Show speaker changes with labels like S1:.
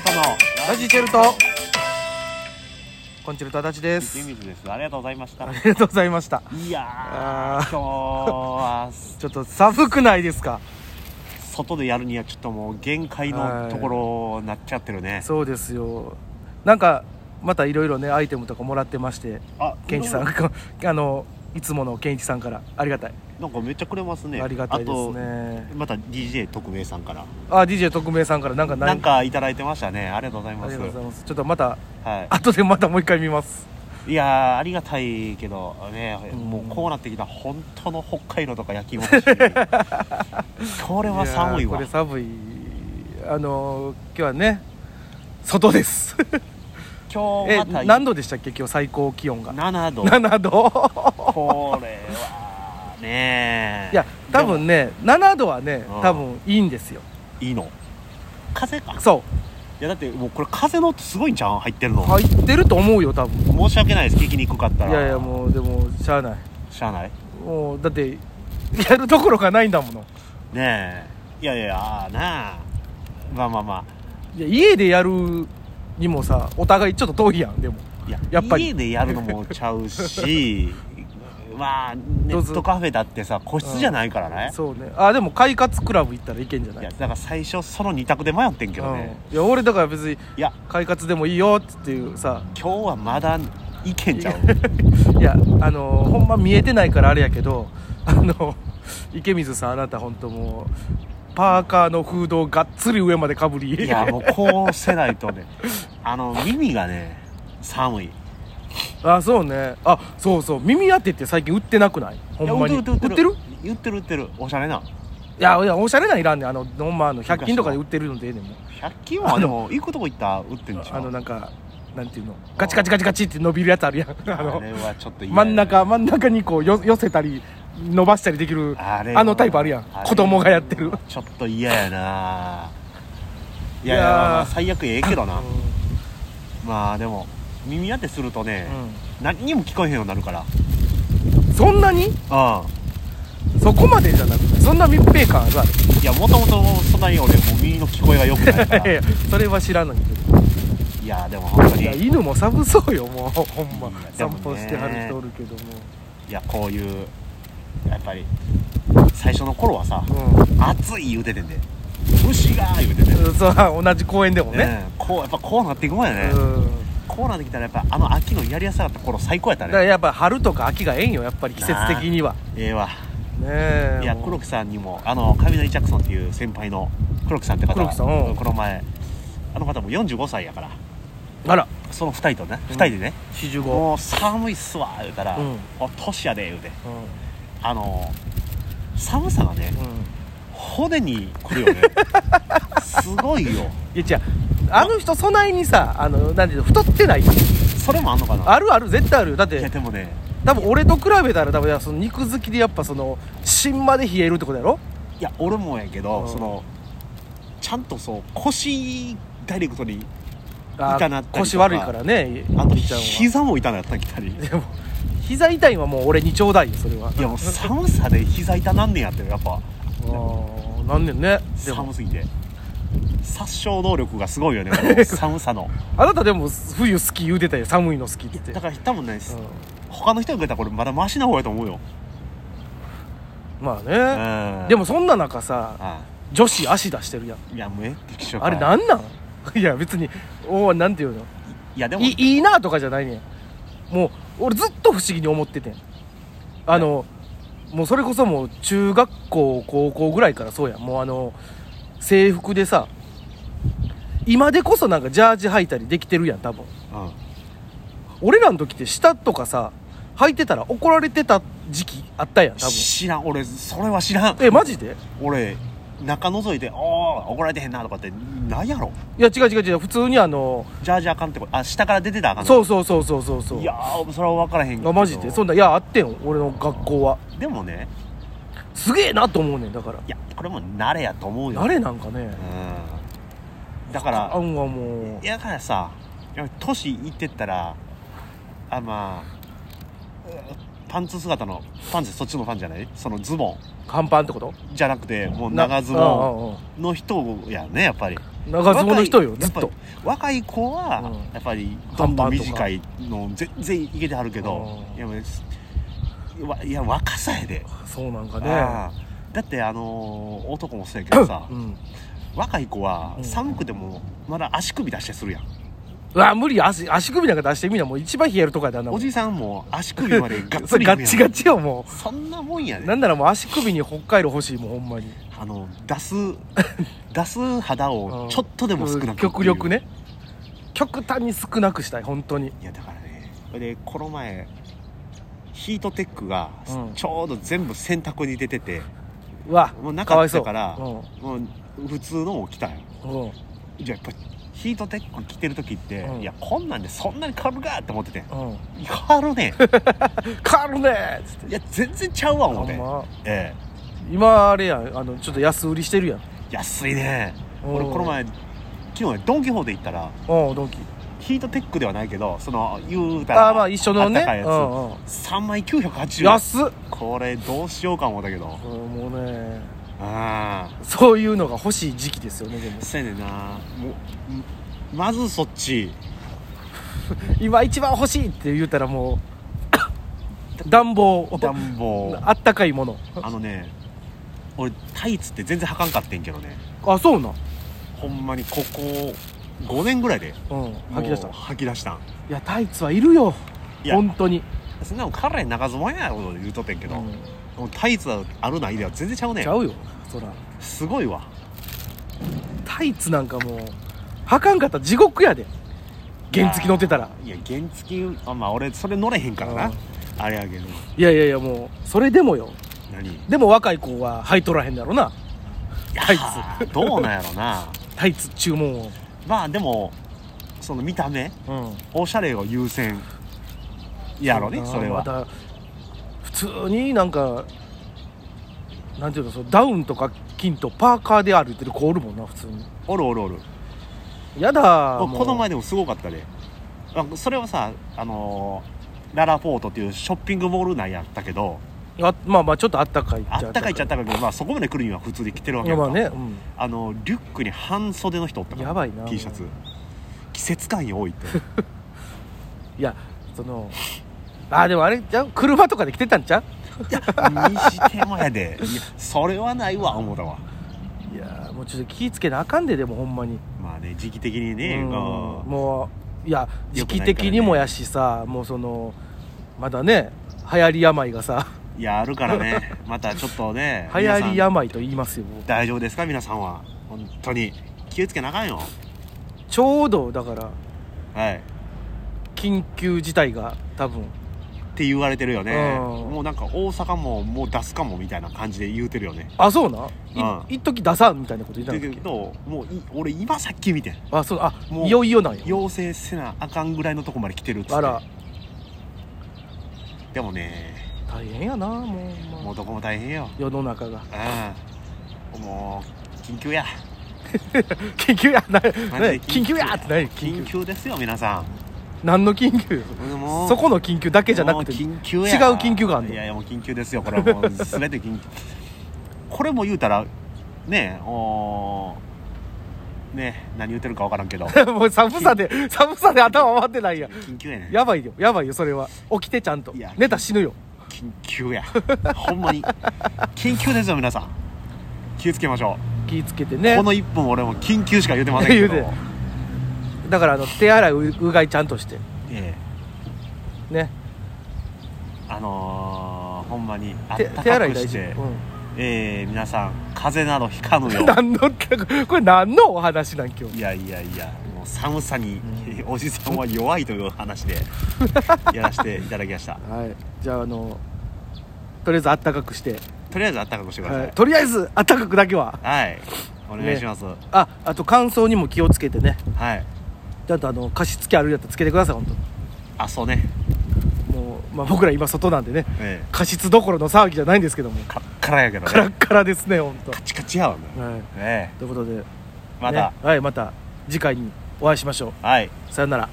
S1: 子のラジチェルトコンチェルト足立です
S2: 清水ですありがとうございました
S1: ありがとうございました
S2: いやー
S1: あ
S2: 今日は
S1: ーちょっと寒くないですか
S2: 外でやるにはちょっともう限界のところになっちゃってるね
S1: そうですよなんかまたいろいろねアイテムとかもらってまして
S2: あ
S1: ケンキさん あのいつものケンキさんからありがたい、
S2: なんかめっちゃくれますね
S1: ありがたいですね
S2: あとまた DJ 特命さんから
S1: あ DJ 特命さんからなんかない
S2: なんかいただいてましたねありがとうござい
S1: あ
S2: ま
S1: り
S2: す
S1: がとうございますちょっとまた
S2: は
S1: 後でまたもう一回見ます
S2: い、いやーありがたいけどね
S1: うん
S2: もうこうなってきたら本当の北海道とか焼き芋 だしこれは寒い
S1: やー
S2: わ
S1: これ寒いあのー今日はね外です
S2: 今日
S1: え
S2: また
S1: 何度でしたっけ今日最高気温が
S2: 7度
S1: 7度
S2: これはねえ
S1: いや多分ね7度はね
S2: うん
S1: 多分いいんですよ
S2: いいの風か
S1: そ
S2: いやだってもうこれ風の音すごいんじゃん入ってる
S1: う
S2: の
S1: 入ってると思うよ多分
S2: 申し訳ないです聞きにくかったら
S1: いやいやもうでもしゃあない
S2: しゃあない
S1: もうだってやるところがないんだもの
S2: ねえいやいやいやあーなあまあまあま
S1: いや家でやるにもさお互いちょっと遠いやんでも
S2: あいや
S1: やっぱり
S2: 家でやるのもちゃう しまあネ
S1: どう
S2: ッ
S1: ぞ
S2: トカフェだってさ個室じゃないからね、
S1: そうねあでも快活クラブ行ったらいけんじゃないい
S2: やだから最初その2択で迷ってんけどね、
S1: うんいや俺だから別に
S2: いや
S1: 快活でもいいよっていうさ
S2: 今日はまだいけんちゃう
S1: いやあのほんま見えてないからあれやけどあの池水さんあなた本当もうパーカーのフードをがっつり上までかぶり
S2: いやもうこうせないとねあの耳がね寒い
S1: あそうねあそうそう耳当てって最近売ってなくないほんまに
S2: いや売ってる
S1: 売ってる
S2: 売ってる売ってるおしゃれない
S1: やいやおしゃれなんいらんねんあのほんまあの100均とかで売ってるのでええねんもう
S2: 100均はでも行くとこ行ったら売ってんちゃ
S1: あ
S2: う
S1: のなんかなんていうのガチガチガチガチって伸びるやつあるやんあの
S2: あれはちょっと嫌や
S1: 真ん中真ん中にこうよ寄せたり伸ばしたりできる
S2: あれ
S1: あのタイプあるやん
S2: あれ
S1: 子供がやってる
S2: ちょっと嫌やないやいや
S1: いやー
S2: まあ最悪ええけどなまあでも耳当てするとね、何にも聞こえへんようになるから
S1: そんなに
S2: う
S1: そこまでじゃなくてそんな密閉感あるあれ
S2: んいやもともとそんなに俺もう耳の聞こえが良くないか
S1: いやい
S2: ら
S1: やそれは知らんのに
S2: いやでも本当
S1: い
S2: に
S1: や犬も寒そうよもうほんま
S2: いやで
S1: 散
S2: もね
S1: 歩してはる人おるけども
S2: いやこういうやっぱり最初の頃はさ
S1: う
S2: 暑い言うててんで虫がー言うててんで
S1: んそう同じ公園でもね
S2: ねこうやっぱこうなっていくもんや
S1: う
S2: ね、
S1: ん
S2: こうなってきたらやっぱあの秋のやりやすかった頃最高やった
S1: だから
S2: ね
S1: やっぱ春とか秋がええんよやっぱり季節的には
S2: ええわ
S1: ねえ
S2: いや
S1: もう
S2: 黒木さんにもあの雷ジャクソンっていう先輩の黒木さんって方
S1: 黒木さんうん
S2: この前あの方も45歳やから
S1: あら
S2: その2人とね、
S1: うん
S2: 2人でね「
S1: 45
S2: もう寒いっすわ」言うたら
S1: うん
S2: 「お年やで」言うて
S1: うん
S2: あの寒さがね
S1: うん
S2: 骨にくるよ ねすごいよ
S1: いや違うあの人そないにさあのなんていうの太ってない
S2: それもあんのかな
S1: あるある絶対あるよだっ
S2: いや
S1: て
S2: でもね
S1: 多分俺と比べたら多分いやその肉好きでやっぱその芯まで冷えるってことやろ
S2: いや俺もやけど、
S1: うん
S2: そのちゃんとそう腰ダイレクトに
S1: あ
S2: 痛なったりとか
S1: 腰悪いからね
S2: あと
S1: いちゃんは
S2: 膝も痛なったりきたり
S1: でも膝痛いんはもう俺にちょうだいよそれはい
S2: やもう寒さで膝痛なんねんやってやっぱ
S1: あーなんでねでも
S2: 寒すぎて殺傷能力がすごいよ ねこの寒さの
S1: あなたでも冬好き言うてたよ寒いの好きって
S2: だから多分ね、
S1: う
S2: 他の人が言ったらこれまだマシな方やと思うよ、
S1: んまあねでもそんな中さ
S2: あ
S1: 女子足出してるやん
S2: あいやもうええでしょ
S1: あれ
S2: こ
S1: なんなん いや別におーなんていうの
S2: いやでも
S1: いいいなとかじゃないねんもう俺ずっと不思議に思っててんあのもうそれこそもう中学校高校ぐらいからそうやんもうあの制服でさ今でこそなんかジャージ履いたりできてるやん多分
S2: うん
S1: 俺らの時って下とかさ履いてたら怒られてた時期あったやん多分
S2: 知らん俺それは知らん
S1: えマジで
S2: 俺中覗いて「おー怒られてへんな」とかってないやろ
S1: いや違う違う違う普通にあの
S2: ジャージあかんってことあ下から出てたらあかんの
S1: そうそうそうそうそうそう
S2: いやーそれは分からへんけど
S1: あマジでそんないやあってん俺の学校は
S2: でもね
S1: すげえなと思うねんだから
S2: いやこれも慣れやと思うよ
S1: 誰なんかね
S2: うんだか
S1: あ
S2: ら
S1: んはも
S2: いやだからさやっぱ都市行ってったらあまあパンツ姿のパンツそっちのパンツじゃないそのズボン
S1: う看板ってこと
S2: じゃなくてもう
S1: な
S2: 長ズ
S1: うんうん
S2: ボ
S1: うん
S2: ンの人やねやっぱり
S1: 長ズボンの人よ
S2: 若い
S1: ずっと
S2: やぱ若い子は
S1: うん
S2: やっぱりど
S1: 短
S2: んど
S1: パン
S2: ん
S1: とか
S2: 短いの全然いけてはるけど
S1: うん
S2: いやもうわいや若さやで、
S1: そうなんかね
S2: ああだってあのー男もそうやけどさ
S1: うん
S2: 若い子は
S1: うん
S2: 寒くてもまだ足首出してするやん、
S1: うわ無理足足首なんか出してみなもう一番冷えるとかだなも
S2: お
S1: う
S2: じさんも足首までがっ
S1: そ
S2: つ
S1: れ
S2: り
S1: ガ
S2: や
S1: ッ
S2: ん
S1: チガチよも
S2: そんなもんや
S1: う
S2: で
S1: なんならもう足首に北海道欲しいもんほんまに
S2: あの出す出す肌
S1: う
S2: を
S1: ん
S2: ちょっとでも少なくっていう
S1: 極力ね極端に少なくしたい本当に
S2: いやだからねでこの前ヒートテックが
S1: うん
S2: ちょうど全部洗濯に出てて、
S1: うわ
S2: もうな
S1: か
S2: か
S1: わ
S2: っ
S1: いそ
S2: た
S1: う
S2: から
S1: うん
S2: もう普通のを着たんよ
S1: うん
S2: じゃあやっぱヒートテック着てる時って、
S1: うん
S2: いやこんなんでそんなに変わるかって思ってて
S1: うん
S2: 変わるね
S1: 変わるねーっつって
S2: いや全然ちゃうわ思
S1: ほ
S2: って、
S1: んま
S2: え
S1: 今あれやんあのちょっと安売りしてるやん
S2: え安いね
S1: うん
S2: 俺この前昨日ねドン・キホーテ行ったら
S1: うんドンキ
S2: ヒートテックではないけどその言うたら
S1: ああまあ一緒のね
S2: あったかいやつ、
S1: うんうん
S2: 3枚980円
S1: 安っ
S2: これどうしようか思ったけど
S1: もうね
S2: ああ
S1: そういうのが欲しい時期ですよねでも
S2: そうやねんなもうまずそっち
S1: 今一番欲しいって言うたらもう暖房
S2: 暖房
S1: あったかいもの
S2: あのね俺タイツって全然履かんかってんけどね
S1: あそうなん
S2: ほんまにここ5年ぐらいで
S1: うん
S2: もう
S1: 吐き出したい
S2: 吐き出したん
S1: やタイツはいるよ
S2: いや
S1: 本当に、
S2: そんなもん彼に長ズボンやろこと言うとってんけど、も
S1: う
S2: うタイツあるないでは全然ちゃうんね
S1: ちゃうよそら
S2: すごいわ
S1: タイツなんかもう履かんかったら地獄やで原付乗ってたら
S2: いや原付あまあ俺それ乗れへんから
S1: う
S2: なんあれやけど
S1: いやいやいやもうそれでもよ
S2: 何い
S1: でも若い子は履いとらへんだろうな
S2: や
S1: タイ
S2: ーどうなんやろな
S1: タイツ注文を
S2: まあでもその見た目
S1: うん
S2: おしゃれが優先やろねそれは、
S1: また普通になんかなんていうかそのダウンとか金とパーカーで歩いてる子おるもんな普通に
S2: おるおるおる
S1: やだ
S2: この前
S1: で
S2: でもすごかったであそれはさあのーララポートっていうショッピングモール内やったけど
S1: あまあまあちょっとあったかいっち
S2: あったかいっちゃあったかいけど、まあ、そこまで来るには普通で着てるわけ
S1: や
S2: やんか
S1: まあね、うん、
S2: あのリュックに半袖の人おったから
S1: やばいな
S2: T シャツ季節感に多いって
S1: いやそのあでもあれじゃう車とかで来てたんちゃ
S2: にしてもやでいやそれはないわ思うたわ
S1: ういやもうちょっと気ぃつけなあかんででもほんまに、
S2: まあね時期的にね、
S1: うん
S2: あー
S1: もういや時
S2: 良くないか
S1: 期
S2: らね
S1: 的にもやしさもうそのまだね流行り病がさ
S2: いやあるからねまたちょっとね
S1: 流行り
S2: 皆さん
S1: 病と言いますよ僕
S2: 大丈夫ですか皆さんは本当に気をつけなあかんよ
S1: ちょうどだから
S2: はい
S1: 緊急事態が多分
S2: って言われてるよね、
S1: うん
S2: もうなんか大阪ももう出すかもみたいな感じで言うてるよね
S1: あそうな
S2: うん
S1: い一時出さんみたいなこと言って
S2: だ
S1: たんだ
S2: け
S1: っけ
S2: どもうい俺今さっき見てん
S1: あそうあ
S2: もう
S1: いよいよなんよ
S2: 要請せなあかんぐらいのとこまで来てるっつって
S1: あら
S2: でもね
S1: 大変やなもうほん
S2: も
S1: ま
S2: うどこも大変よ
S1: 世の中が
S2: うんもう緊急や
S1: 緊急やなな
S2: マジで
S1: 緊急やって何緊
S2: 緊
S1: 急
S2: 急ですよ皆さん
S1: 何の緊急
S2: もう
S1: そこの緊急だけじゃなくて
S2: もう緊急や
S1: 違う緊急があんの
S2: いやいやもう緊急ですよこれはもう全て緊急これも言うたらねえおーねえ何言ってるか分からんけど
S1: もう寒さで寒さで頭回ってないやん
S2: 緊急やねん
S1: やばいよやばいよそれは起きてちゃんと
S2: いや
S1: 寝たら死ぬよ
S2: 緊急やほんまに緊急ですよ皆さん気をつけましょ
S1: 気ぃつけて
S2: う
S1: ね
S2: この1分俺も緊急しか言うてませんけど
S1: 言うてだからあの手洗いううがいちゃんとして
S2: ええ
S1: ね
S2: あのー、ほんまにあっ
S1: 手
S2: た
S1: 手洗
S2: かく
S1: い大
S2: し
S1: 事、
S2: て、
S1: うん
S2: ええ皆さん風邪などひかぬよう
S1: 何のこれ何のお話なん今日
S2: いやいやいやもう寒さに、
S1: う
S2: おじさんは弱いという話 でやらせていただきました
S1: はいじゃああのとりあえずあったかくして、
S2: とりあえずあったかくしてください
S1: はい、とりあえずあったかくだけは
S2: はい、お願いします、
S1: ああと乾燥にも気をつけてね
S2: はい
S1: ちゃんとあの加湿器あるやつつけてください本
S2: あそうね
S1: 当もう、まあ、僕ら今外なんでね
S2: ええ
S1: 加湿どころの騒ぎじゃないんですけども
S2: かっからやけどね
S1: カラッカラですね本
S2: カチカチやわもう
S1: 当はい
S2: え
S1: ということで
S2: えまた、
S1: ねはいまた次回にお会いしましょう
S2: はい
S1: さよなら